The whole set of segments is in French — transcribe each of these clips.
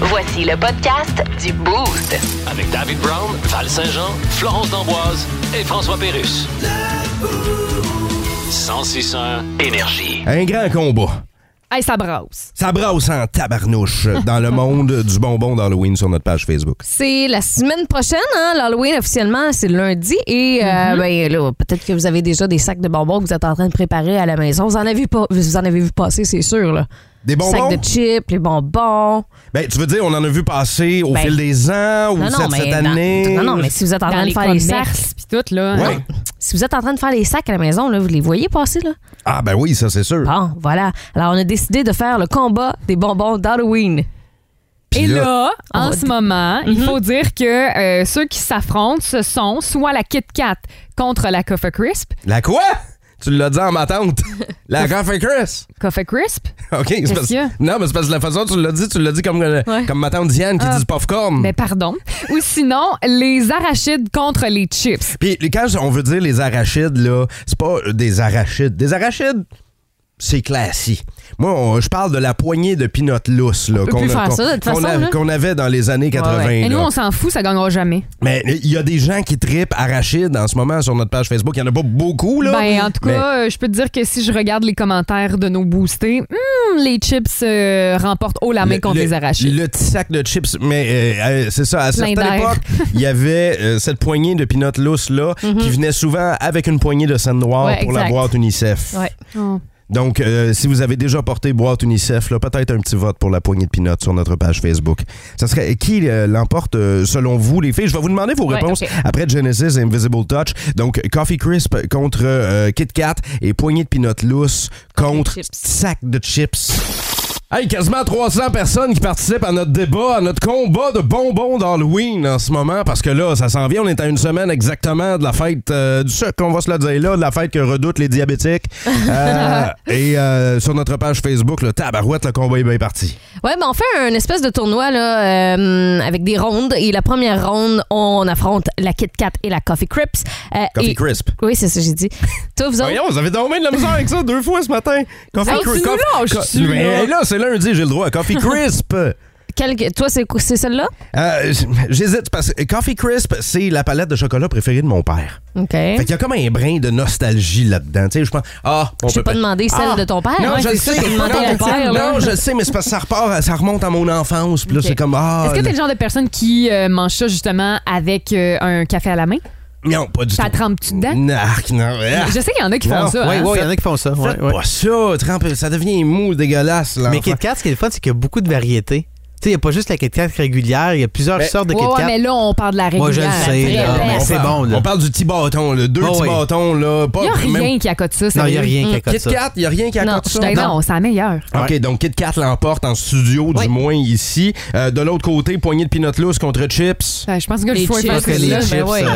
Voici le podcast du Boost. Avec David Brown, Val Saint-Jean, Florence D'Amboise et François Pérus. 106 énergie. Un grand combat. Hey, ça brasse. Ça brasse en tabarnouche dans le monde du bonbon d'Halloween sur notre page Facebook. C'est la semaine prochaine, hein? L'Halloween, officiellement, c'est lundi. Et, euh, ben, là, peut-être que vous avez déjà des sacs de bonbons que vous êtes en train de préparer à la maison. Vous en avez, pas, vous en avez vu passer, c'est sûr, là. Des bonbons? Sacs de chips, les bonbons. Ben, tu veux dire, on en a vu passer au Ben, fil des ans ou non, non, cette, mais cette dans- année? non, non, mais si vous êtes en Dans train de les faire les sacs, commerces puis tout, là. Ouais. si vous êtes en train de faire les sacs à la maison, là, vous les voyez passer, là. Ah, ben oui, ça, c'est sûr. Bon, voilà. Alors, on a décidé de faire le combat des bonbons d'Halloween. Puis Et là- là, on en va- Mhm. ce moment, il faut dire que euh, ceux qui s'affrontent, ce sont soit la Kit Kat contre la Coffee Crisp. La quoi? Tu l'as dit en ma tante. la Coffee Chris. Coffee Crisp? OK. c'est parce- qu'il y a? Non, mais c'est parce que la façon dont tu l'as dit, tu l'as dit comme, euh, Ouais. comme ma tante Diane qui Ah. dit du popcorn. Ben, Mais pardon. Ou sinon, les arachides contre les chips. Puis quand on veut dire les arachides, là, c'est pas des arachides. Des arachides, c'est classique. Moi, on- je parle de la poignée de pinottes lousses là, peut qu'on plus a- faire qu'on- ça, de toute qu'on a- façon, là. qu'on avait dans les années 80. ouais. Et nous, là. on s'en fout, ça gagnera jamais. Mais il y a des gens qui tripent arachides en ce moment sur notre page Facebook. Il n'y en a pas beaucoup, là. Ben, en tout Mais- cas, euh, je peux te dire que si je regarde les commentaires de nos boostés, hmm, les chips euh, remportent haut la main contre les arachides. Le petit sac de chips, mais euh, euh, c'est ça, à Plein certaines d'air. époques, il y avait euh, cette poignée de pinottes lousses là qui venait souvent avec une poignée de scène noire Mhm. Ouais, pour la exact. boîte UNICEF. Ouais. Oh. Donc, euh, si vous avez déjà porté boîte UNICEF, là, peut-être un petit vote pour la poignée de pinottes sur notre page Facebook. Ça serait qui euh, l'emporte euh, selon vous, les filles? Je vais vous demander vos Ouais, réponses ok. après Genesis et Invisible Touch. Donc, Coffee Crisp contre euh, Kit Kat et poignée de pinottes lousses contre chips. sac de chips. Hey, quasiment 300 personnes qui participent à notre débat, à notre combat de bonbons d'Halloween en ce moment, parce que là, ça s'en vient. On est à une semaine exactement de la fête euh, du sucre, on va se le dire là, de la fête que redoutent les diabétiques. Euh, et euh, sur notre page Facebook, le tabarouette, le combat est bien parti. Ouais, mais on fait un espèce de tournoi là, euh, avec des rondes. Et la première ronde, on affronte la Kit Kat et la Coffee Crips. Euh, Coffee et- Crisp. Oui, c'est ça que j'ai dit. Toi, vous autres, Voyons, vous avez tombé de la misère avec ça deux fois ce matin. Coffee Hey, tu nous lâches, Co- tu, Mais, là. hey, là, c'est lundi, j'ai le droit. Coffee Crisp. quel que- toi c'est, c'est celle-là? Euh, J'hésite parce que Coffee Crisp, c'est la palette de chocolat préférée de mon père. OK. Fait qu'il y a comme un brin de nostalgie là-dedans. Tu sais, je pense, ah, on Je peut t'ai pas demandé celle Ah! de ton père. Non, Ouais, je le c'est ça, sais. t'as demandé à ton père, là. non, je le sais, mais c'est parce que ça repart, ça remonte à mon enfance. Puis là, Ok. c'est comme, ah. Est-ce que t'es là- le genre de personne qui euh, mange ça justement avec euh, un café à la main? Non, pas du tout. Ça trempe-tu dedans? Non, arc, non, ah. Je sais qu'il y en a qui Non, font ça. ouais, hein. ouais, il y en a qui font ça. ouais, Faites ouais. pas ça, trempe- ça devient mou, dégueulasse. Là, Mais Kit Kat, ce qui est le fun, c'est qu'il y a beaucoup de variétés. Tu sais, il n'y a pas juste la Kit Kat régulière, il y a plusieurs Mais- sortes de Ouais, Kit ouais, Kat. mais là, on parle de la Moi, régulière. je le sais, la là, vraie mais belle. c'est bon, là. On parle du petit bâton, là, deux Bah Ah petits oui. bâtons. Là, pas, Il n'y a même- rien qui accote ça, Non, il n'y a sérieux. rien qui accote Kit ça. Kat, il n'y a rien qui Non, accorde je ça. Ben Non. non, c'est la meilleure. OK, donc Kit Kat l'emporte en studio, du Oui. moins ici. Euh, de l'autre côté, poignée de peanut loose contre chips. Ben, je pense que Les le choix est chips. Parce que facile. les là. chips, Ben ouais. euh,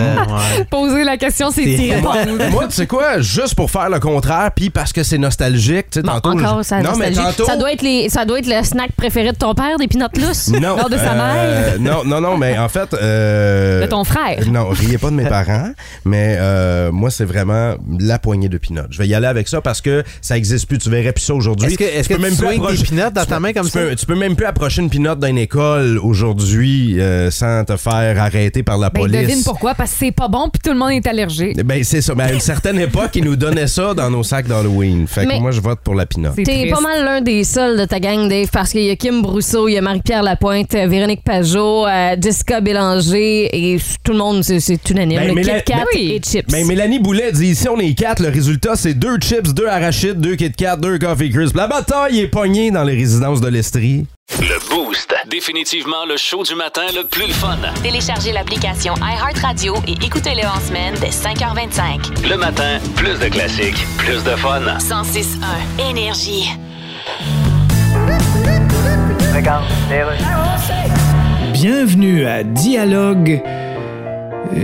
ouais. Poser la question, c'est C'est- tiré. Moi, tu sais quoi, juste pour faire le contraire, puis parce que c'est nostalgique, tu sais, tantôt. Encore, je- ça, non, mais nostalgie. tantôt. ça, doit être les, ça doit être le snack préféré de ton père, des pinottes lousses? Non, Lors de sa euh, non, non, non, mais en fait. euh, De ton frère. Non, riez pas de mes parents, mais euh, moi, c'est vraiment la poignée de pinottes. Je vais y aller avec ça parce que ça existe plus. Tu verrais plus ça aujourd'hui. Est-ce que, est-ce Tu peux que tu même plus swings approcher- des pinottes dans ta main comme tu ça? peux, tu peux même plus approcher une pinotte d'une école aujourd'hui euh, sans te faire arrêter par la Ben, police. devine pourquoi, parce que c'est pas bon, puis tout le monde est allergique. Ben, c'est ça. Mais à une certaine époque, ils nous donnaient ça dans nos sacs d'Halloween. Fait que Mais- moi, je vote pour la pinotte. C'est T'es triste. pas mal l'un des seuls de ta gang, Dave, parce qu'il y a Kim Brousseau, il y a Marie-Pierre Lapointe, euh, Véronique Pajot, euh, Jessica Bélanger, et tout le monde, c'est- c'est unanime. Ben, le Mélan- Kit Kat Ben oui. et Chips. Mais Mélanie Boulet dit ici on est quatre, le résultat c'est deux chips, deux arachides, deux Kit Kat, deux Coffee Crisp. La bataille est pognée dans les résidences de l'Estrie. Le Boost. Définitivement le show du matin le plus le fun. Téléchargez l'application iHeartRadio et écoutez-le en semaine dès 5h25. Le matin, plus de classiques, plus de fun. 106.1 Énergie. Bienvenue à Dialogue. euh,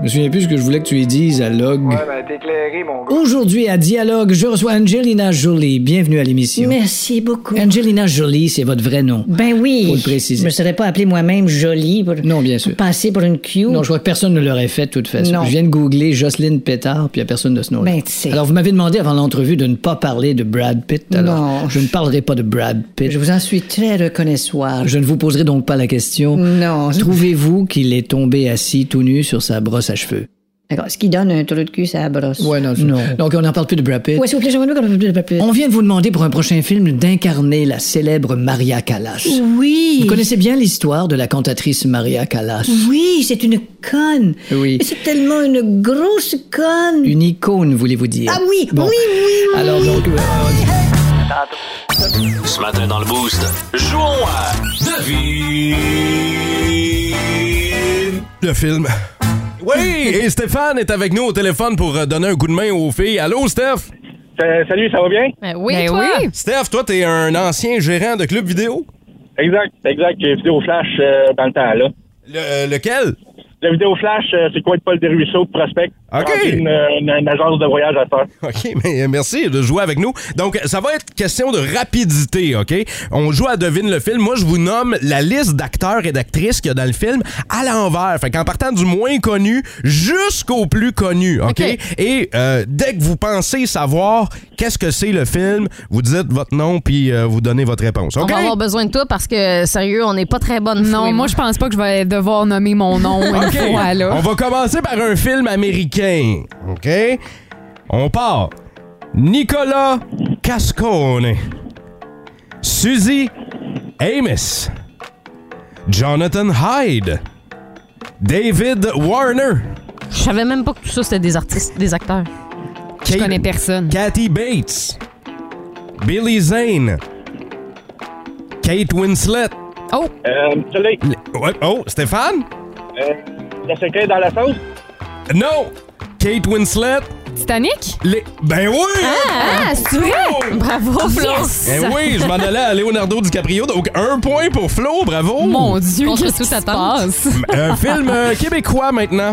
Je me souviens plus ce que je voulais que tu lui dises à Log. ben t'es éclairé, mon gars. Aujourd'hui, à Dialogue, je reçois Angelina Jolie. Bienvenue à l'émission. Merci beaucoup. Angelina Jolie, c'est votre vrai nom. Ben oui. Faut le préciser. Je me serais pas appelé moi-même jolie pour Non, bien sûr. passer pour une Q. Non, je crois que personne ne l'aurait fait, de toute façon. Non. Je viens de googler Jocelyne Pétard, puis il n'y a personne de ce nom-là. Ben, tu sais. Alors, vous m'avez demandé avant l'entrevue de ne pas parler de Brad Pitt. Alors, Non. je ne parlerai pas de Brad Pitt. Je vous en suis très reconnaissant. Je ne vous poserai donc pas la question. Non. Trouvez-vous qu'il est tombé assis tout nu sur sa brosse à cheveux? D'accord. Ce qui donne un trou de cul, ça brosse. non, non. Donc, on n'en parle plus de Brad Pitt. Ouais, s'il vous plaît, j'aimerais qu'on en parle plus. On vient de vous demander pour un prochain film d'incarner la célèbre Maria Callas. Oui. Vous connaissez bien l'histoire de la cantatrice Maria Callas. Oui, c'est une conne. Oui. Mais C'est tellement une grosse conne. Une icône, voulez-vous dire. Ah oui, Bon. oui, oui, oui. Alors donc, euh, Ce matin dans le Boost, jouons à Devine. Le film. Oui, et Stéphane est avec nous au téléphone pour euh, donner un coup de main aux filles. Allô, Steph? Euh, salut, ça va bien? Ben oui, Ben toi. oui. Steph, toi, t'es un ancien gérant de club vidéo? Exact, exact. J'ai vidéo flash euh, dans le temps, là. Le- euh, lequel? La vidéo flash, euh, c'est quoi de Paul Desruisseaux, de prospect? OK. C'est Une, euh, une- une agence de voyage à faire. OK, mais euh, merci de jouer avec nous. Donc, ça va être question de rapidité, OK? On joue à Devine le film. Moi, je vous nomme la liste d'acteurs et d'actrices qu'il y a dans le film à l'envers. Fait qu'en partant du moins connu jusqu'au plus connu, OK? OK. Et euh, dès que vous pensez savoir qu'est-ce que c'est le film, vous dites votre nom puis euh, vous donnez votre réponse, On OK? va avoir besoin de toi parce que, sérieux, on n'est pas très bonne Non, moi, je pense pas que je vais devoir nommer mon nom une OK. fois, On là. va commencer par un film américain, OK? On part. Nicolas Cascone. Suzy Amos. Jonathan Hyde. David Warner. Je savais même pas que tout ça, c'était des artistes, des acteurs. Je connais personne. Kathy Bates. Billy Zane. Kate Winslet. Oh, Euh, Celui-là, Le- ouais, Oh, Stéphane? euh, la secret dans la sauce? Non! Kate Winslet. Titanic? Oh! les- Ben oui! Ah, c'est vrai? Bravo, Flo. Eh oui, je m'en allais à Leonardo DiCaprio. Donc, un point pour Flo, bravo. Oh Mon Dieu, Contre qu'est-ce qui toute se attente. passe? Un film euh, québécois maintenant.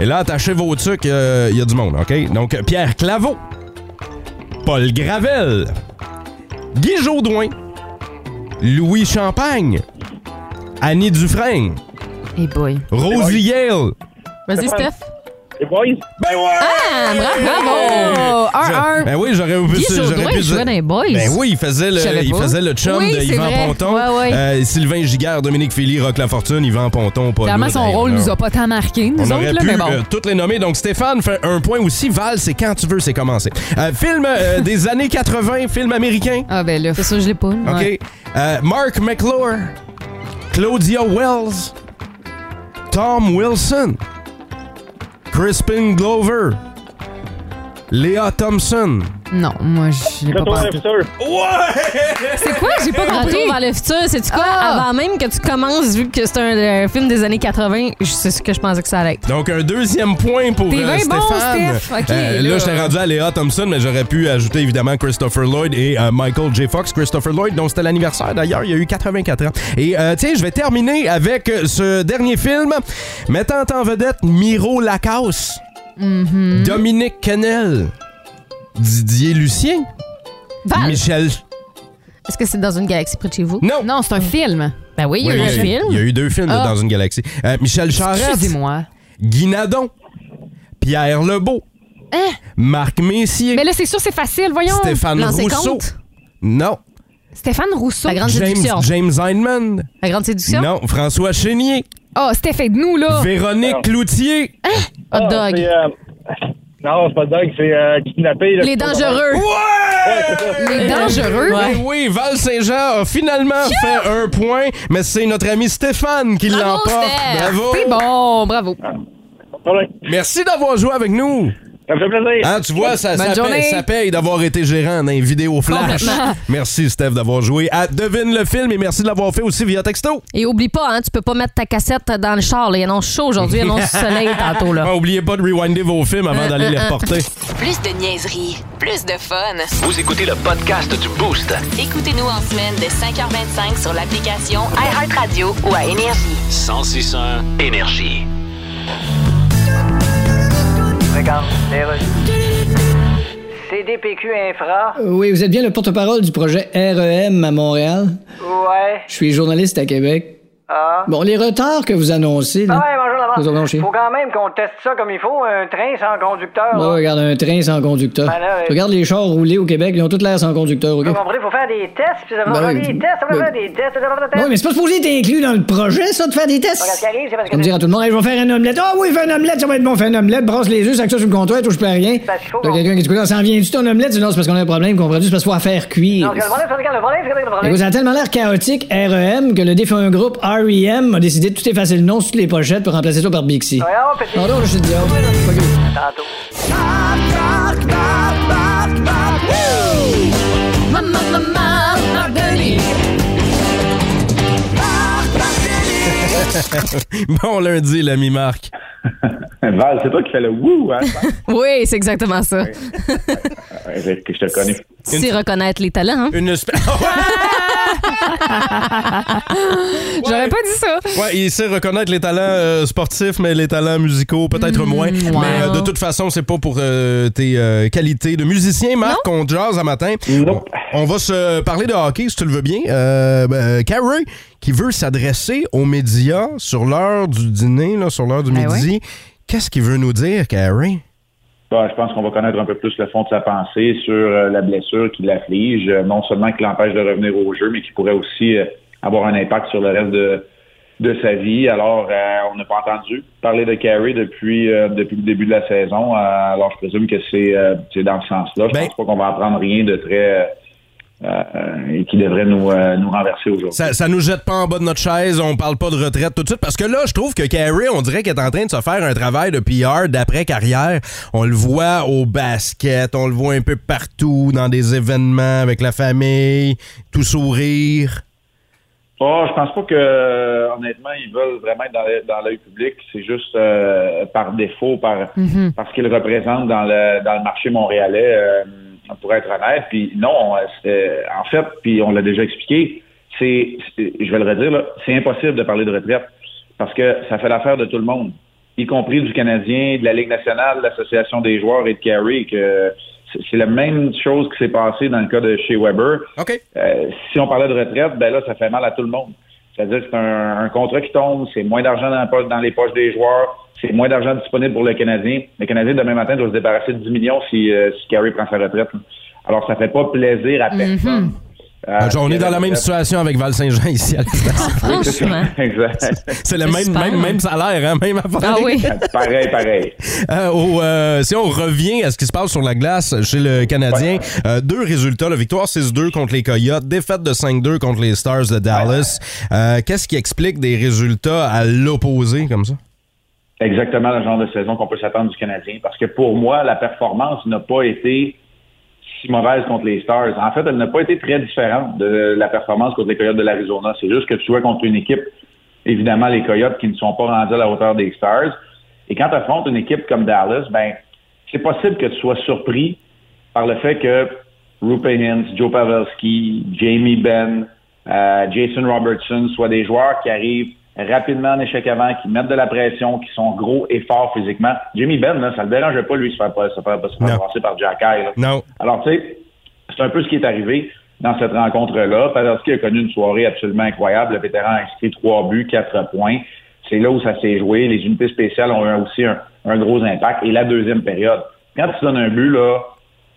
Et là, attachez vos trucs, il y a du monde, OK? Donc, euh, Pierre Claveau, Paul Gravel, Guy Jodoin, Louis Champagne, Annie Dufresne, Hey boy. Rosie Yale. Vas-y, Steph. Les boys? Ben ouais! Ah, bravo! Oh, Je- 1-1. Ben oui, j'aurais pu... Guy j'aurais Jodoin pu- jouait dans les Boys. Ben oui, il faisait Je le, savais il pas. faisait le chum Oui, de c'est Yvan vrai. Ponton. Ouais, ouais. Euh, Sylvain Giguère, Dominique Félix, Rock La Fortune, Yvan Ponton, Paul Clairement, Lourdes. son Hey, rôle on a- nous a pas tant marqué, nous On autres, aurait là, pu mais bon. euh, toutes les nommer. Donc, Stéphane fait un point aussi. Val, c'est quand tu veux, c'est commencé. Euh, film euh, des années 80, film américain. Ah, ben là. C'est sûr, je l'ai pas. OK. Euh, Mark McClure. Claudia Wells. Tom Wilson. Crispin Glover. Léa Thompson. Non, moi, je l'ai pas Retour pensé. à futur. C'est quoi? J'ai pas compris. Retour vers le futur, c'est-tu quoi? Ah! Avant même que tu commences, vu que c'est un, euh, film des années 80, je- c'est ce que je pensais que ça allait être. Donc, un deuxième point pour T'es euh, bien bon, Stéphane. Steph. OK, Euh, là, là. je t'ai rendu à Léa Thompson, mais j'aurais pu ajouter évidemment Christopher Lloyd et euh, Michael J. Fox. Christopher Lloyd, dont c'était l'anniversaire d'ailleurs, il y a eu 84 ans. Et euh, tiens, je vais terminer avec euh, ce dernier film mettant en vedette Miro Lacasse, Dominique Kennel, Didier Lucien, Val, Michel. est-ce que c'est dans une galaxie près de chez vous? Non! Non, c'est un film. Ben oui, il y a eu un il y a- il y a film. eu deux films là, Ah. dans une galaxie. Euh, Michel Charette. Excusez-moi. Guinadon, Pierre Lebeau, Marc Messier, Mais là, c'est sûr, c'est facile, voyons. Stéphane Lancer Rousseau. compte? Non. Stéphane Rousseau. La grande James, séduction. James Heinemann. La grande séduction? Non. François Chénier. Ah, Stéphane, aide-nous, là. Véronique Cloutier. Hot Ah, c'est, dog. euh, Non, c'est pas dog, c'est euh, kidnappé. là. Les dangereux. Les dangereux. Eh Oui, Val Saint-Jean a finalement fait un point, mais c'est notre ami Stéphane qui Bravo, l'emporte. Steph. Bravo. C'est Oh, bon, bravo. Ouais, Merci d'avoir joué avec nous. Ça me fait plaisir. Hein, tu vois, ça, Bonne ça journée. paye, ça paye d'avoir été gérant d'un vidéo flash. Complètement. Merci, Steph, d'avoir joué à Devine le film et merci de l'avoir fait aussi via texto. Et oublie pas, hein, tu peux pas mettre ta cassette dans le char. Là. Il annonce chaud aujourd'hui, il annonce soleil tantôt. Là. Ah, oubliez pas de rewinder vos films avant d'aller les reporter. Plus de niaiserie, plus de fun. Vous écoutez le podcast du Boost. Écoutez-nous en semaine de 5h25 sur l'application iHeartRadio ou à Énergie. 1061 Énergie. Regarde, les CDPQ Infra. Euh, Oui, vous êtes bien le porte-parole du projet REM à Montréal. Ouais. Je suis journaliste à Québec. Ah. Bon, les retards que vous annoncez, Ah là, ouais, bonjour là-bas. nous avons chez- Faut quand même qu'on teste ça comme il faut, un train sans conducteur. Bon, là. regarde, un train sans conducteur. Ben là, ouais. Regarde les chars roulés au Québec, ils ont toutes l'air sans conducteur, OK? Vous comprenez, faut faire des tests, puis ça va Ben faire oui. des tests, ça va Ben- faire des tests, ça va faire des tests. Oui, mais c'est pas supposé être inclus dans le projet, ça, de faire des tests. Regarde, ce qui arrive, c'est parce que Comme dire à tout le monde, Hey, je vais faire un omelette. Ah oui, fais un omelette, ça va être bon, fais un omelette, brasse les œufs, sac ça sur le comptoir, touche pas à rien. Parce qu'il faut Là, qu'on- quelqu'un qui dit, Coudonc, ça en vient-tu ton omelette? Je dis, Non, c'est parce qu'on a un problème, comprends-tu? C'est parce qu'il faut la faire cuire. Non, regarde, le problème, c'est que regarde, le problème, c'est que le Mais problème. vous, ça a tellement l'air chaotique, REM, que le défunt groupe REM a décidé de tout effacer le nom sur toutes les pochettes pour remplacer ça par Bixi. Ouais, oh, petit. Pardon, je suis idiot. Fuck you. Tantôt. Bon lundi, l'ami Marc. Val, c'est toi qui fais le wouh, hein? Oui, c'est exactement ça. Ouais, je je te connais. Tu sais reconnaître les talents, hein? Une Ah spe- J'aurais pas dit ça. Ouais, il sait reconnaître les talents euh, sportifs, mais les talents musicaux, peut-être moins. Mais euh, de toute façon, c'est pas pour euh, tes euh, qualités de musicien, Marc, qu'on jase à matin. Nope. On va se parler de hockey, si tu le veux bien. Euh, ben, Carey, qui veut s'adresser aux médias sur l'heure du dîner, là, sur l'heure du Ben midi. Qu'est-ce qu'il veut nous dire, Carey? Bon, je pense qu'on va connaître un peu plus le fond de sa pensée sur euh, la blessure qui l'afflige, euh, non seulement qui l'empêche de revenir au jeu, mais qui pourrait aussi euh, avoir un impact sur le reste de, de sa vie. Alors, euh, on n'a pas entendu parler de Carey depuis, euh, depuis le début de la saison. Euh, alors, je présume que c'est euh, c'est dans ce sens-là. Je Ben- pense pas qu'on va apprendre rien de très... euh, euh, et qui devrait nous, euh, nous renverser aujourd'hui. Ça, ça nous jette pas en bas de notre chaise, on parle pas de retraite tout de suite, parce que là, je trouve que Carey, on dirait qu'elle est en train de se faire un travail de PR d'après-carrière. On le voit au basket, on le voit un peu partout, dans des événements avec la famille, tout sourire. Oh, je pense pas que euh, honnêtement ils veulent vraiment être dans le- dans l'œil public. C'est juste euh, par défaut, par parce qu'ils représentent dans le dans le marché montréalais, euh, pour être honnête. Puis non, euh, c'est- en fait, puis on l'a déjà expliqué, c'est c'est- je vais le redire, là, c'est impossible de parler de retraite parce que ça fait l'affaire de tout le monde, y compris du Canadien, de la Ligue nationale, de l'Association des joueurs et de Carey. Que c'est- c'est la même chose qui s'est passée dans le cas de chez Weber. OK. Euh, si on parlait de retraite, ben là, ça fait mal à tout le monde. C'est-à-dire que c'est un, un contrat qui tombe, c'est moins d'argent dans, la poche- dans les poches des joueurs, c'est moins d'argent disponible pour le Canadien. Le Canadien, demain matin, doit se débarrasser de 10 millions si, euh, si Carey prend sa retraite. Alors, ça fait pas plaisir à personne. Euh, Ah, Euh, on est dans la même situation avec Val Saint-Jean ici à la station. Franchement. exact. C'est le même, super. même, même salaire, hein, même affaire. Ah oui. pareil, pareil. Euh, au, euh, si on revient à ce qui se passe sur la glace chez le Canadien, euh, deux résultats. La victoire 6-2 contre les Coyotes, défaite de 5-2 contre les Stars de Dallas. Euh, Qu'est-ce qui explique des résultats à l'opposé comme ça? exactement le genre de saison qu'on peut s'attendre du Canadien. Parce que pour moi, la performance n'a pas été si mauvaise contre les Stars. En fait, elle n'a pas été très différente de la performance contre les Coyotes de l'Arizona. C'est juste que tu jouais contre une équipe, évidemment, les Coyotes qui ne sont pas rendus à la hauteur des Stars. Et quand tu affrontes une équipe comme Dallas, ben, c'est possible que tu sois surpris par le fait que Rupe Hintz, Joe Pavelski, Jamie Benn, euh, Jason Robertson soient des joueurs qui arrivent rapidement en échec avant, qui mettent de la pression, qui sont gros et forts physiquement. Jamie Benn, là, ça ne le dérangeait pas, lui, se faire, pas- se faire, se faire Non. passer par Jack Eye. là. Non. Alors, tu sais, c'est un peu ce qui est arrivé dans cette rencontre-là. Pavelski a connu une soirée absolument incroyable. Le vétéran a inscrit trois buts, quatre points. C'est là où ça s'est joué. Les unités spéciales ont eu aussi un, un gros impact. Et la deuxième période, quand tu donnes un but, là,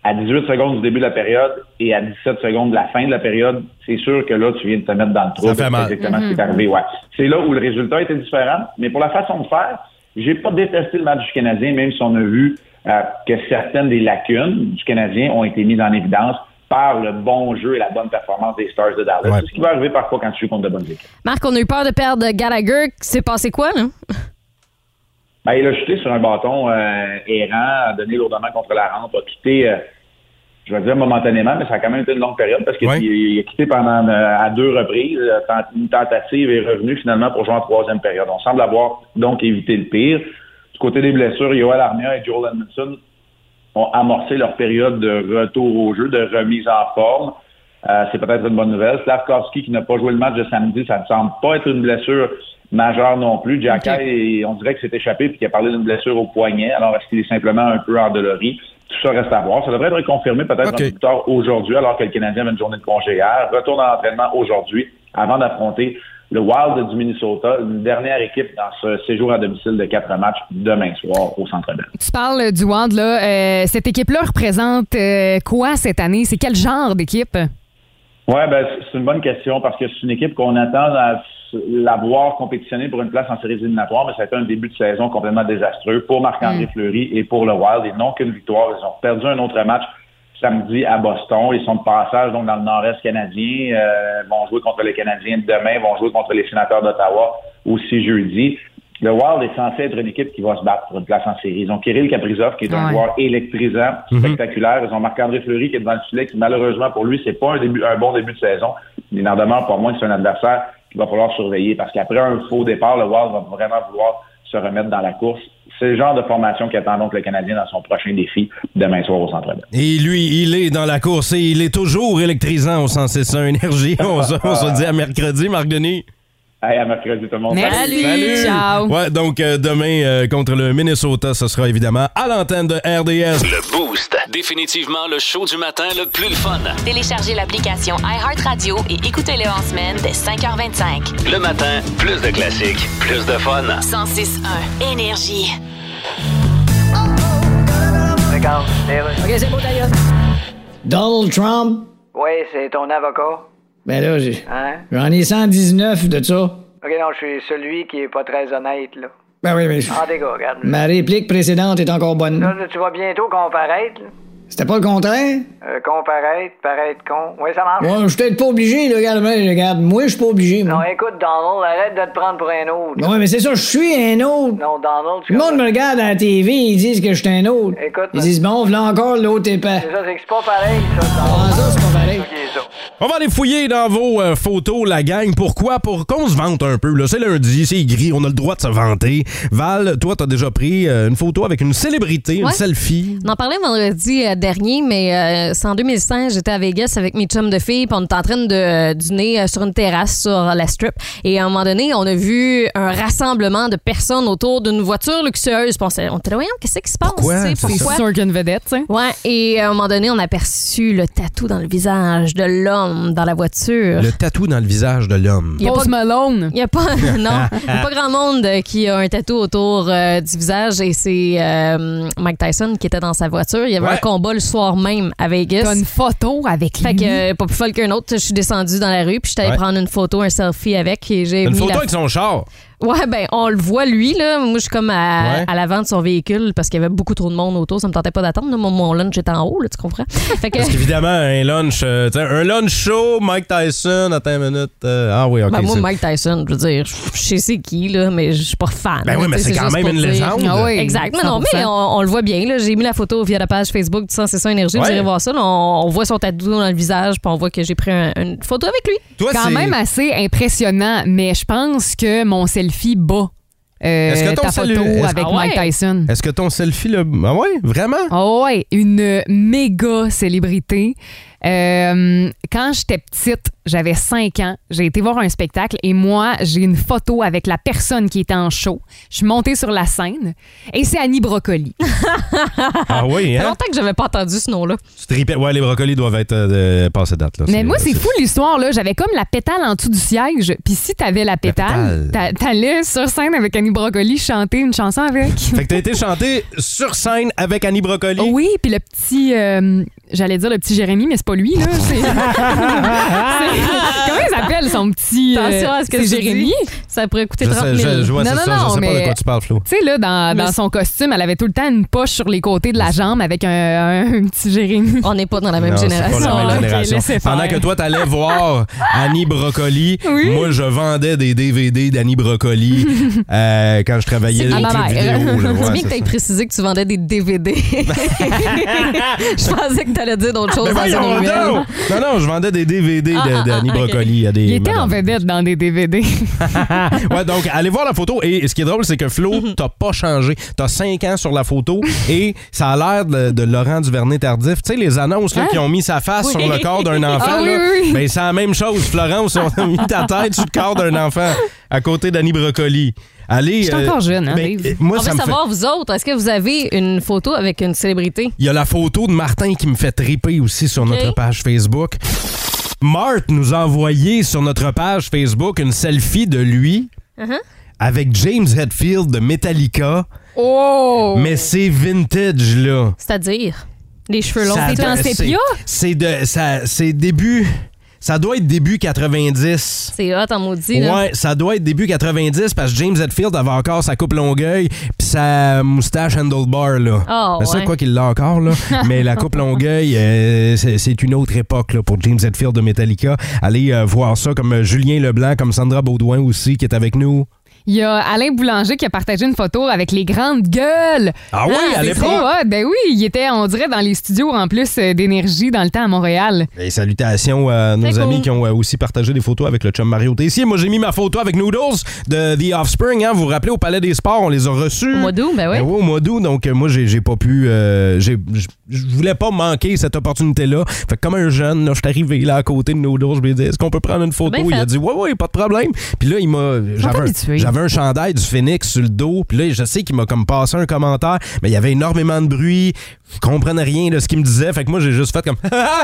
à 18 secondes du début de la période et à 17 secondes de la fin de la période, c'est sûr que là, tu viens de te mettre dans le trou. Ça fait mal. C'est exactement ce qui est arrivé, ouais. C'est là où le résultat était différent, mais pour la façon de faire, j'ai pas détesté le match du Canadien, même si on a vu euh, que certaines des lacunes du Canadien ont été mises en évidence par le bon jeu et la bonne performance des Stars de Dallas. Ouais. C'est ce qui va arriver parfois quand tu joues contre de bonnes équipes. Marc, on a eu peur de perdre Gallagher. C'est passé quoi, là? Ben, il a chuté sur un bâton euh, errant, a donné lourdement contre la rampe, a quitté, euh, je vais dire momentanément, mais ça a quand même été une longue période parce qu'il Ouais. il a quitté pendant euh, à deux reprises. euh, tent- Une tentative est revenue finalement pour jouer en troisième période. On semble avoir donc évité le pire. Du côté des blessures, Yoel Armia et Joel Edmondson ont amorcé leur période de retour au jeu, de remise en forme. Euh, c'est peut-être une bonne nouvelle. Slavkovski qui n'a pas joué le match de samedi, ça ne semble pas être une blessure, majeur non plus. Jacka, et- on dirait que s'est échappé puis qu'il a parlé d'une blessure au poignet. Alors, est-ce qu'il est simplement un peu endolori? Tout ça reste à voir. Ça devrait être confirmé peut-être un peu plus tard aujourd'hui, alors que le Canadien avait une journée de congé hier. Retourne à l'entraînement aujourd'hui avant d'affronter le Wild du Minnesota, une dernière équipe dans ce séjour à domicile de quatre matchs demain soir au Centre Bell. Tu parles du Wand, là. Euh, cette équipe-là représente euh, quoi cette année? C'est quel genre d'équipe? Ouais, ben, c- c'est une bonne question parce que c'est une équipe qu'on attend à s- la voir compétitionner pour une place en séries éliminatoires, mais ça a été un début de saison complètement désastreux pour Marc-André Fleury et pour le Wild. Ils n'ont qu'une victoire. Ils ont perdu un autre match samedi à Boston. Ils sont de passage donc dans le nord-est canadien. Euh, vont jouer contre les Canadiens demain, vont jouer contre les sénateurs d'Ottawa aussi jeudi. Le Wild est censé être une équipe qui va se battre pour une place en série. Ils ont Kirill Kaprizov, qui est un Ouais. joueur électrisant, Mhm. spectaculaire. Ils ont Marc-André Fleury qui est devant le filet, qui malheureusement pour lui, c'est pas un, début, un bon début de saison. Il n'en demeure pas moins que c'est un adversaire qu'il va falloir surveiller parce qu'après un faux départ, le Wild va vraiment vouloir se remettre dans la course. C'est le genre de formation qu'attend donc le Canadien dans son prochain défi demain soir au Centre Bell. Et lui, il est dans la course et il est toujours électrisant au sens c'est ça, énergie. On se, on se dit à mercredi, Marc Denis. Hey, à mercredi tout le monde. Merci, ciao. Ouais, donc euh, demain euh, contre le Minnesota, ce sera évidemment à l'antenne de RDS. Le Boost. Définitivement le show du matin le plus le fun. Téléchargez l'application iHeartRadio et écoutez-le en semaine dès 5h25. Le matin, plus de classiques, plus de fun. 106.1 Énergie. D'accord, OK, c'est beau, d'ailleurs. Donald Trump, Oui, c'est ton avocat. ben là, j'ai- Hein? j'en ai 119 de ça. OK, non, je suis celui qui est pas très honnête, là. Ben oui, mais je- Ah, dégâts, regarde. ma réplique précédente est encore bonne. Là, tu vas bientôt comparaître, là. C'était pas le contraire? Euh, comparaître, paraître con. Oui, ça marche. Ouais, je suis peut-être pas obligé, là, regarde, mais regarde, moi, je suis pas obligé. moi. Non, écoute, Donald, arrête de te prendre pour un autre. Ben ouais, mais c'est ça, je suis un autre. Non, Donald, tu Le monde me regarde à la TV, ils disent que je suis un autre. Écoute, ils disent, bon, voilà encore l'autre épais. Ah, C'est ça, c'est que c'est pas pareil, ça, Donald. ça, c'est pas pareil. On va aller fouiller dans vos euh, photos, la gang. Pourquoi? Pour qu'on se vante un peu. là. C'est lundi, c'est gris, on a le droit de se vanter. Val, toi, t'as déjà pris euh, une photo avec une célébrité, une Ouais. selfie. On en parlait vendredi euh, dernier, mais euh, c'est en 2005, j'étais à Vegas avec mes chums de filles, puis on était en train de euh, dîner euh, sur une terrasse sur la strip. Et à un moment donné, on a vu un rassemblement de personnes autour d'une voiture luxueuse. Puis on s'est- on était là, voyons, qu'est-ce qui se passe? Pourquoi? tu sais, C'est Pourquoi? sûr qu'il y a une vedette, tu sais. Ouais, et à un moment donné, on a aperçu le tatou dans le visage de l'homme dans la voiture. Euh. Le tatou dans le visage de l'homme. Il y a Post pas- Malone. Il n'y a pas, non, il y a pas grand monde euh, qui a un tatou autour euh, du visage et c'est euh, Mike Tyson qui était dans sa voiture. Il y avait Ouais. un combat le soir même à Vegas. T'as une photo avec Fait lui. que euh, pas plus folle qu'un autre, je suis descendue dans la rue puis je suis allée Ouais. prendre une photo, un selfie avec et j'ai Une mis photo la- avec son char. Ouais, ben on le voit lui là. Moi je suis comme à, Ouais. à l'avant de son véhicule parce qu'il y avait beaucoup trop de monde autour, ça me tentait pas d'attendre. là. Mon, mon lunch était en haut, là, tu comprends Fait que Parce qu'évidemment, un lunch, euh, tu sais, un lunch show, Mike Tyson, attends une minute. euh, ah oui, ok. Bah, Ben, moi, c'est- Mike Tyson, je veux dire, je sais c'est qui, là, mais je suis pas fan. Ben oui, là, mais tu sais, c'est quand juste même pour une dire- légende. Ah oui, euh, exact. Mais non, 100%. mais on, on le voit bien. là. J'ai mis la photo via la page Facebook du 100 Énergie. Ouais. Vous irez voir ça. là. on, on voit son tatou dans le visage, puis on voit que j'ai pris un- une photo avec lui. quand même hein. assez impressionnant, mais je pense que mon selfie bat euh, Est-ce que ton ta cellule- photo est-ce- avec Ah ouais? Mike Tyson. Est-ce que ton selfie, le. Ah ouais, vraiment? Oh ouais, une méga célébrité. Euh, quand j'étais petite, j'avais 5 ans, j'ai été voir un spectacle et moi, j'ai une photo avec la personne qui était en show. Je suis montée sur la scène et c'est Annie Brocoli. Ah oui, Ça fait hein? longtemps que j'avais pas entendu ce nom-là. Tu tripais- Ouais, les brocolis doivent être euh, de- passés date. Là. Mais moi, c'est fou l'histoire, là. J'avais comme la pétale en dessous du siège. Puis si t'avais la pétale, t'a- t'allais sur scène avec Annie Brocoli chanter une chanson avec. Fait que t'as été chanté sur scène avec Annie Brocoli. Oui, puis le petit. euh, J'allais dire le petit Jérémy, mais c'est pas lui, là. C'est- C'est- Comment il s'appelle son petit. euh, Attention à ce que c'est tu Jérémy. dis. Ça pourrait coûter Je 30 sais, 000. je, je vois, Non, c'est non, ça, non, je sais pas mais- de quoi tu parles, Flo. Tu sais, là, dans, dans son costume, elle avait tout le temps une poche sur les côtés de la jambe avec un, un petit Jérémy. On n'est pas dans la Ah, Non, c'est pas la même hein. génération. Pendant que toi, t'allais voir Annie Brocoli, Oui. moi, je vendais des DVD d'Annie Brocoli euh, quand je travaillais Ah, au ma club mère. vidéo. là, ouais, c'est C'est bien que ça. t'aies précisé que tu vendais des DVD. je pensais que t'allais dire d'autres choses. Mais dans voyons un Voyons donc! Non, non, je vendais des DVD Ah, ah, de- d'Annie ah, ok. Brocoli à des. Il était en madames. vedette dans des DVD. ouais, donc allez voir la photo. Et ce qui est drôle, c'est que Mhm. Flo, t'as pas changé. T'as 5 ans sur la photo et ça a l'air de, de Laurent Duvernay tardif. Tu sais, les annonces là, Hein? qui ont mis sa face Oui. sur le corps d'un enfant. Ah oui, là, oui, oui. ben, c'est la même chose. Florence, on a mis ta tête sur le corps d'un enfant à côté d'Annie Brocoli. Allez. Je suis encore jeune, hein, ben, Dave? euh, moi, On ça veut me fait- savoir, vous autres, est-ce que vous avez une photo avec une célébrité? Il y a la photo de Martin qui me fait triper aussi sur notre page Facebook. Marthe nous a envoyé sur notre page Facebook une selfie de lui Uh-huh. avec James Hetfield de Metallica. Oh! Mais c'est vintage, là. C'est-à-dire, les cheveux longs. Ça C'est doit- en sépia? C'est de. ça- C'est début. Ça doit être début 90. C'est hot en maudit, là. Ouais, ça doit être début 90 parce que James Hetfield avait encore sa coupe longueuil puis sa moustache handlebar, là. Ah, Mais ça, ouais. quoi qu'il l'a encore, là. mais la coupe longueuil, euh, c'est c'est une autre époque, là, pour James Hetfield de Metallica. Allez euh, voir ça, comme euh, Julien Leblanc, comme Sandra Baudouin aussi, qui est avec nous. Il y a Alain Boulanger qui a partagé une photo avec les grandes gueules. Ah oui, à c'est l'époque. trop hot. Ben oui, il était, on dirait, dans les studios en plus euh, d'énergie dans le temps à Montréal. Et salutations à nos Très amis cool. qui ont euh, aussi partagé des photos avec le chum Mario Tessier. Moi, j'ai mis ma photo avec Noodles de The Offspring. Hein. Vous vous rappelez, au Palais des Sports, on les a reçus. Au mois d'août, ben oui. au mois d'août. Donc, euh, moi, j'ai j'ai pas pu... euh, j'ai- j- je voulais pas manquer cette opportunité-là. Fait que comme un jeune, là, je suis arrivé là à côté de Noodles. Je lui ai dit, est-ce qu'on peut prendre une photo? Bien Il a fait. dit, ouais, ouais, pas de problème. Puis là, il m'a... pas J'avais un, habitués. j'avais un chandail du Phoenix sur le dos. Puis là, je sais qu'il m'a comme passé un commentaire, mais il y avait énormément de bruit. Je comprenais rien de ce qu'il me disait. Fait que moi, j'ai juste fait comme... Ah,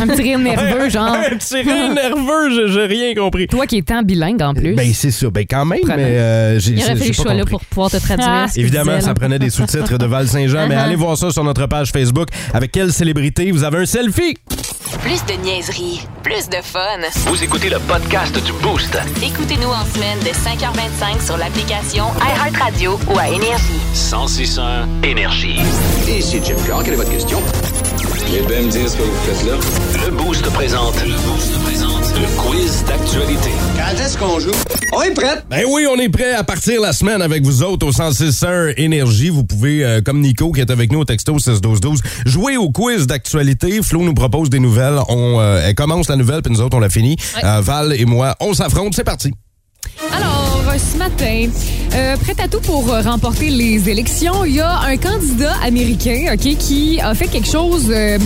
Un petit rire nerveux, genre. Hein? Un petit rire nerveux, j'ai- j'ai rien compris. Toi qui es en bilingue en plus. Ben, c'est ça. Ben, quand même, Prenant. mais euh, j'ai Il aurait j'ai- fallu j'ai que pas je sois là compris. pour pouvoir te traduire. hein. Ah. ce qu'il Évidemment, disait, ça là. prenait des sous-titres de Val Saint-Jean, mais Uh-huh. allez voir ça sur notre page Facebook. Avec quelle célébrité vous avez un selfie? Plus de niaiserie, plus de fun. Vous écoutez le podcast du Boost. Écoutez-nous en semaine de 5h25 sur l'application iHeartRadio ou à Énergie. 1061 Énergie. Ici Jim Carr, quelle est votre question? Vous bien me dire ce que vous faites là? Le Boost présente. Le Boost présente. Le quiz d'actualité. Quand est-ce qu'on joue? On est prêt! Ben oui, on est prêt à partir la semaine avec vous autres au 161 Énergie. Vous pouvez, euh, comme Nico qui est avec nous au texto 61212, jouer au quiz d'actualité. Flo nous propose des nouvelles. On, euh, elle commence la nouvelle, puis nous autres, on la finit. Euh, Val et moi, on s'affronte. C'est parti. Alors, euh, ce matin, euh, prêt à tout pour euh, remporter les élections, il y a un candidat américain ok, qui a fait quelque chose euh,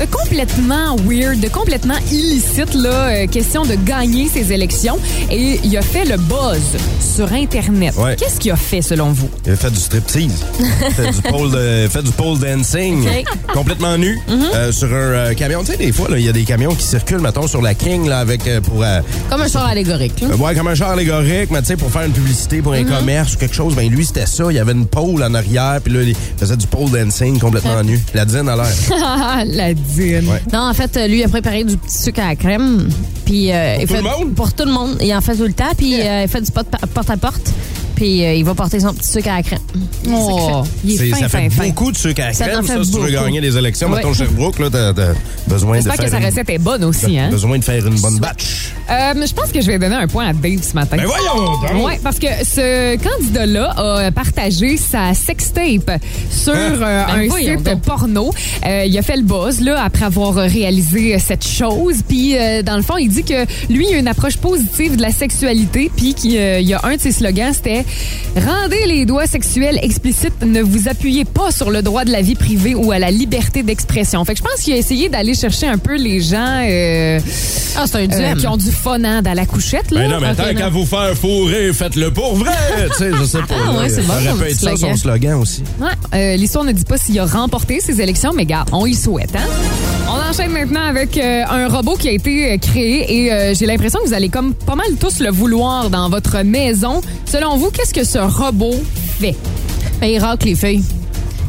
de complètement weird, de complètement illicite, là, euh, question de gagner ces élections. Et il a fait le buzz sur Internet. Ouais. Qu'est-ce qu'il a fait selon vous? Il a fait du striptease. fait, du pole de- fait du pole dancing. Complètement nu. Mm-hmm. euh, sur un euh, camion. Tu sais, des fois, là, il y a des camions qui circulent, mettons, sur la King, là, avec, euh, pour. euh, Comme un char allégorique. là. euh, ouais, comme un char allégorique, mais tu sais, pour faire une publicité pour un Mm-hmm. commerce ou quelque chose. Ben, lui, c'était ça. Il y avait une pole en arrière, puis là, il faisait du pole dancing complètement nu. La dîne à l'air. La dîne. Ouais. Non, en fait, euh, lui, il a préparé du petit sucre à la crème. Puis, euh, il tout fait- le monde? Pour tout le monde. Il en fait tout le temps. Puis, euh, il fait du pot- porte-à-porte. Puis, euh, il va porter son petit sucre à la crème. Oh, il C'est- est fin, ça fait fin, fin. beaucoup de sucre à la Ça en crème, fait ça, si tu veux beaucoup. gagner les élections. Ouais. Mettons, Sherbrooke, là, t'as t'as besoin de J'espère faire. que sa une- recette est bonne aussi. t'as Hein? besoin de faire une bonne batch. Euh, je pense que je vais donner un point à Dave ce matin. Ben voyons donc! Oui, parce que ce candidat-là a partagé sa sextape sur euh, Ben un voyons site donc. porno. Euh, il a fait le buzz là, après avoir réalisé cette chose. Puis, euh, dans le fond, il dit que lui, il a une approche positive de la sexualité. Puis, qu'il, euh, il y a un de ses slogans, c'était « Rendez les doigts sexuels explicites. Ne vous appuyez pas sur le droit de la vie privée ou à la liberté d'expression. » Fait que je pense qu'il a essayé d'aller chercher un peu les gens... euh, Ah, c'est un euh, duel. qui ont du fun hein, dans la couchette. Là. Ben non, mais Ok, tant non. qu'à vous faire fourrer, faites-le pour vrai! tu sais, je sais pas. Ah là, ouais, c'est bon ça aurait comme pu être ça, slogan. son slogan aussi. Ouais, euh, l'histoire ne dit pas s'il a remporté ces élections, mais gars, on y souhaite, hein? On enchaîne maintenant avec euh, un robot qui a été euh, créé et euh, j'ai l'impression que vous allez comme pas mal tous le vouloir dans votre maison. Selon vous, qu'est-ce que ce robot fait? Ben, il racle les feuilles.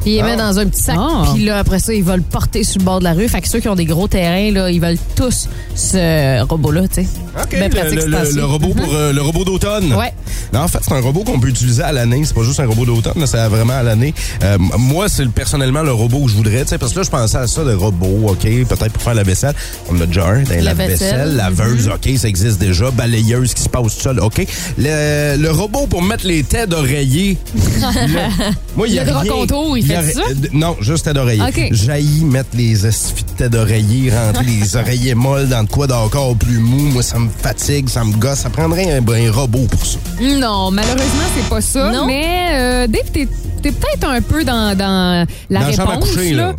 Il les met dans un petit sac. Ah. Puis là, après ça, ils veulent porter sur le bord de la rue. Fait que ceux qui ont des gros terrains, là, ils veulent tous ce robot-là, tu sais. OK, Ben, le, pratique, le- c'est le- ainsi. le robot pour euh, le robot d'automne. Ouais. En fait, c'est un robot qu'on peut utiliser à l'année. C'est pas juste un robot d'automne, là, c'est vraiment à l'année. Euh, moi, c'est le- personnellement le robot que je voudrais, tu sais, parce que là, je pensais à ça de robot, OK, peut-être pour faire la vaisselle. On en a déjà un, ben, La la vaisselle, vaisselle. laveuse, Mm-hmm. OK, ça existe déjà. Balayeuse qui se passe seule, OK. Le, le robot pour mettre les têtes d'oreiller. Le- Moi, il y a Le grand rien. contour, il y a fait ri- ça? euh, d- Non, juste tête d'oreiller. OK. J'haïs mettre les estifs de tête d'oreiller, rentrer les oreillers molles dans de quoi d'encore plus mou. Moi, ça me fatigue, ça me gosse. Ça prendrait un, un robot pour ça. Non, malheureusement, c'est pas ça. Non. Mais euh, Dave, t'es t'es peut-être un peu dans, dans la Dans la réponse. chambre à coucher, là.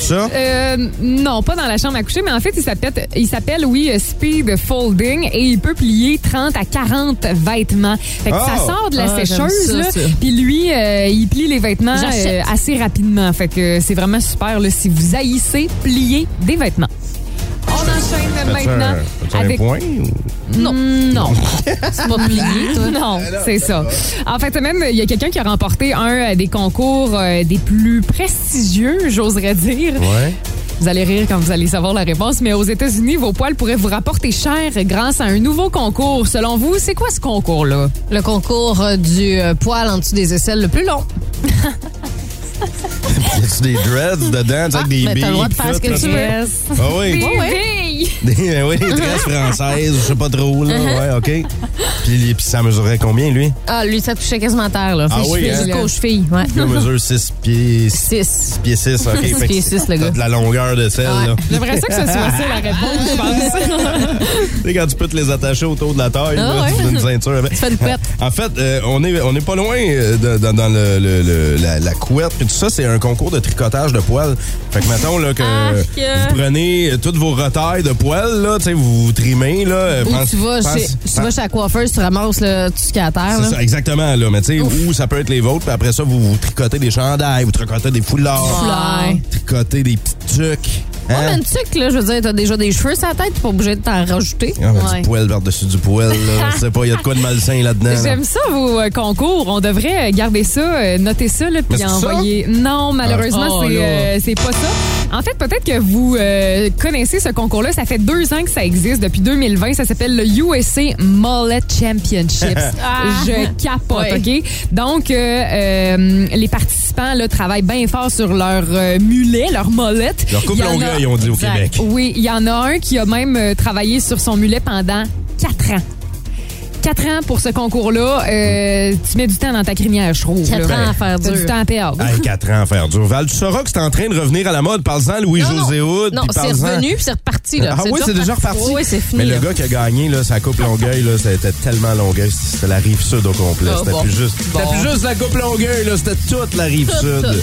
Ça? Euh, non, pas dans la chambre à coucher, mais en fait, il s'appelle, il s'appelle oui, euh, Speed Folding et il peut plier 30 à 40 vêtements. Fait que Oh! ça sort de la Ah, j'aime sécheuse, ça, là, ça. puis lui, euh, il plie les vêtements J'achète. euh, assez rapidement. Fait que c'est vraiment super là, si vous haïssez plier des vêtements. On enchaîne Fais-tu un- maintenant fais-tu un avec... point ou- Non. Non. c'est pas plié, toi. Non, c'est ça. En fait, même, il y a quelqu'un qui a remporté un euh, des concours euh, des plus prestigieux, j'oserais dire. Ouais. Vous allez rire quand vous allez savoir la réponse, mais aux États-Unis, vos poils pourraient vous rapporter cher grâce à un nouveau concours. Selon vous, c'est quoi ce concours-là? Le concours euh, du euh, poil en dessous des aisselles le plus long. Y a-tu des dreads dedans, tu sais, avec des Ah, mais Ben, billes? t'as le droit de faire ce que tu veux. Ah oui. Des billes. Des- euh, oui, des tresses françaises, je sais pas trop, là. Ouais, OK. Puis, les- puis ça mesurait combien, lui? Ah, lui, ça touchait quasiment à terre, là. Ah Ses oui, chevilles hein? Jusqu'aux chevilles, ouais. Lui mesure 6 pieds... 6 pieds 6, OK. Six Fait que pieds six, le t'as gars. de la longueur de selle, là. J'aimerais ça que ce soit ça la réponse, je pense. Tu sais, quand tu peux te les attacher autour de la taille, Ah là, ouais. tu fais une ceinture. avec. Tu fais une couette. En fait, euh, on, est, on est pas loin euh, de- dans, dans le, le- le- la, la couette. Puis tout ça, c'est un concours de tricotage de poils. Fait que mettons là, que Arc. vous prenez euh, toutes vos retailles de poils, là, tu sais, vous vous trimez. Là, euh, Ou pense- tu vas, pense- chez, tu vas pense- chez la coiffeuse, tu ramasses le, tout ce qu'il y a à terre. c'est là. ça, exactement, là. Mais tu sais, où ça peut être les vôtres, puis après ça, vous vous tricotez des chandails, vous tricotez des foulards, Des Ah. foulards. vous tricotez des petits trucs. Ouais, hein? mais le truc, là, je veux dire, t'as déjà des cheveux sur la tête, t'es pas obligé de t'en rajouter. Ah, ben, Ouais. Du poil par-dessus du poil, là. Je sais pas, il y a de quoi de malsain là-dedans. là. J'aime ça, vos euh, concours. On devrait euh, garder ça, euh, noter ça, là, Mais puis c'est ça? envoyer. Non, malheureusement, Ah. Oh, c'est là. euh, c'est pas ça. En fait, peut-être que vous euh, connaissez ce concours-là. Ça fait deux ans que ça existe, depuis 2020. Ça s'appelle le USA Mullet Championships. Ah. Je capote, Ouais. OK? OK? Donc, euh, euh, les participants là, travaillent bien fort sur leur euh, mulet, leur molette. Leur coupe Il y en longueuil, on dit au Exact. Québec. Oui, il y en a un qui a même euh, travaillé sur son mulet pendant quatre ans. Quatre ans pour ce concours-là. Euh, tu mets du temps dans ta crinière, je trouve. Quatre là. ans à faire T'as dur. du temps à perdre. Hey, 4 ans à faire dur. Val, tu sauras que c'est en train de revenir à la mode. Parle-en à Louis-José Hood. Non, puis c'est parle-en- revenu, puis c'est reparti, là. Ah oui, c'est déjà reparti. Oui, c'est fini. Mais le là. gars qui a gagné, là, sa coupe longueuil, là, c'était tellement longueuil, c'était la rive sud au complet. Ah, c'était bon. plus juste. C'était Bon. plus juste la coupe longueuil, là, c'était toute la rive sud.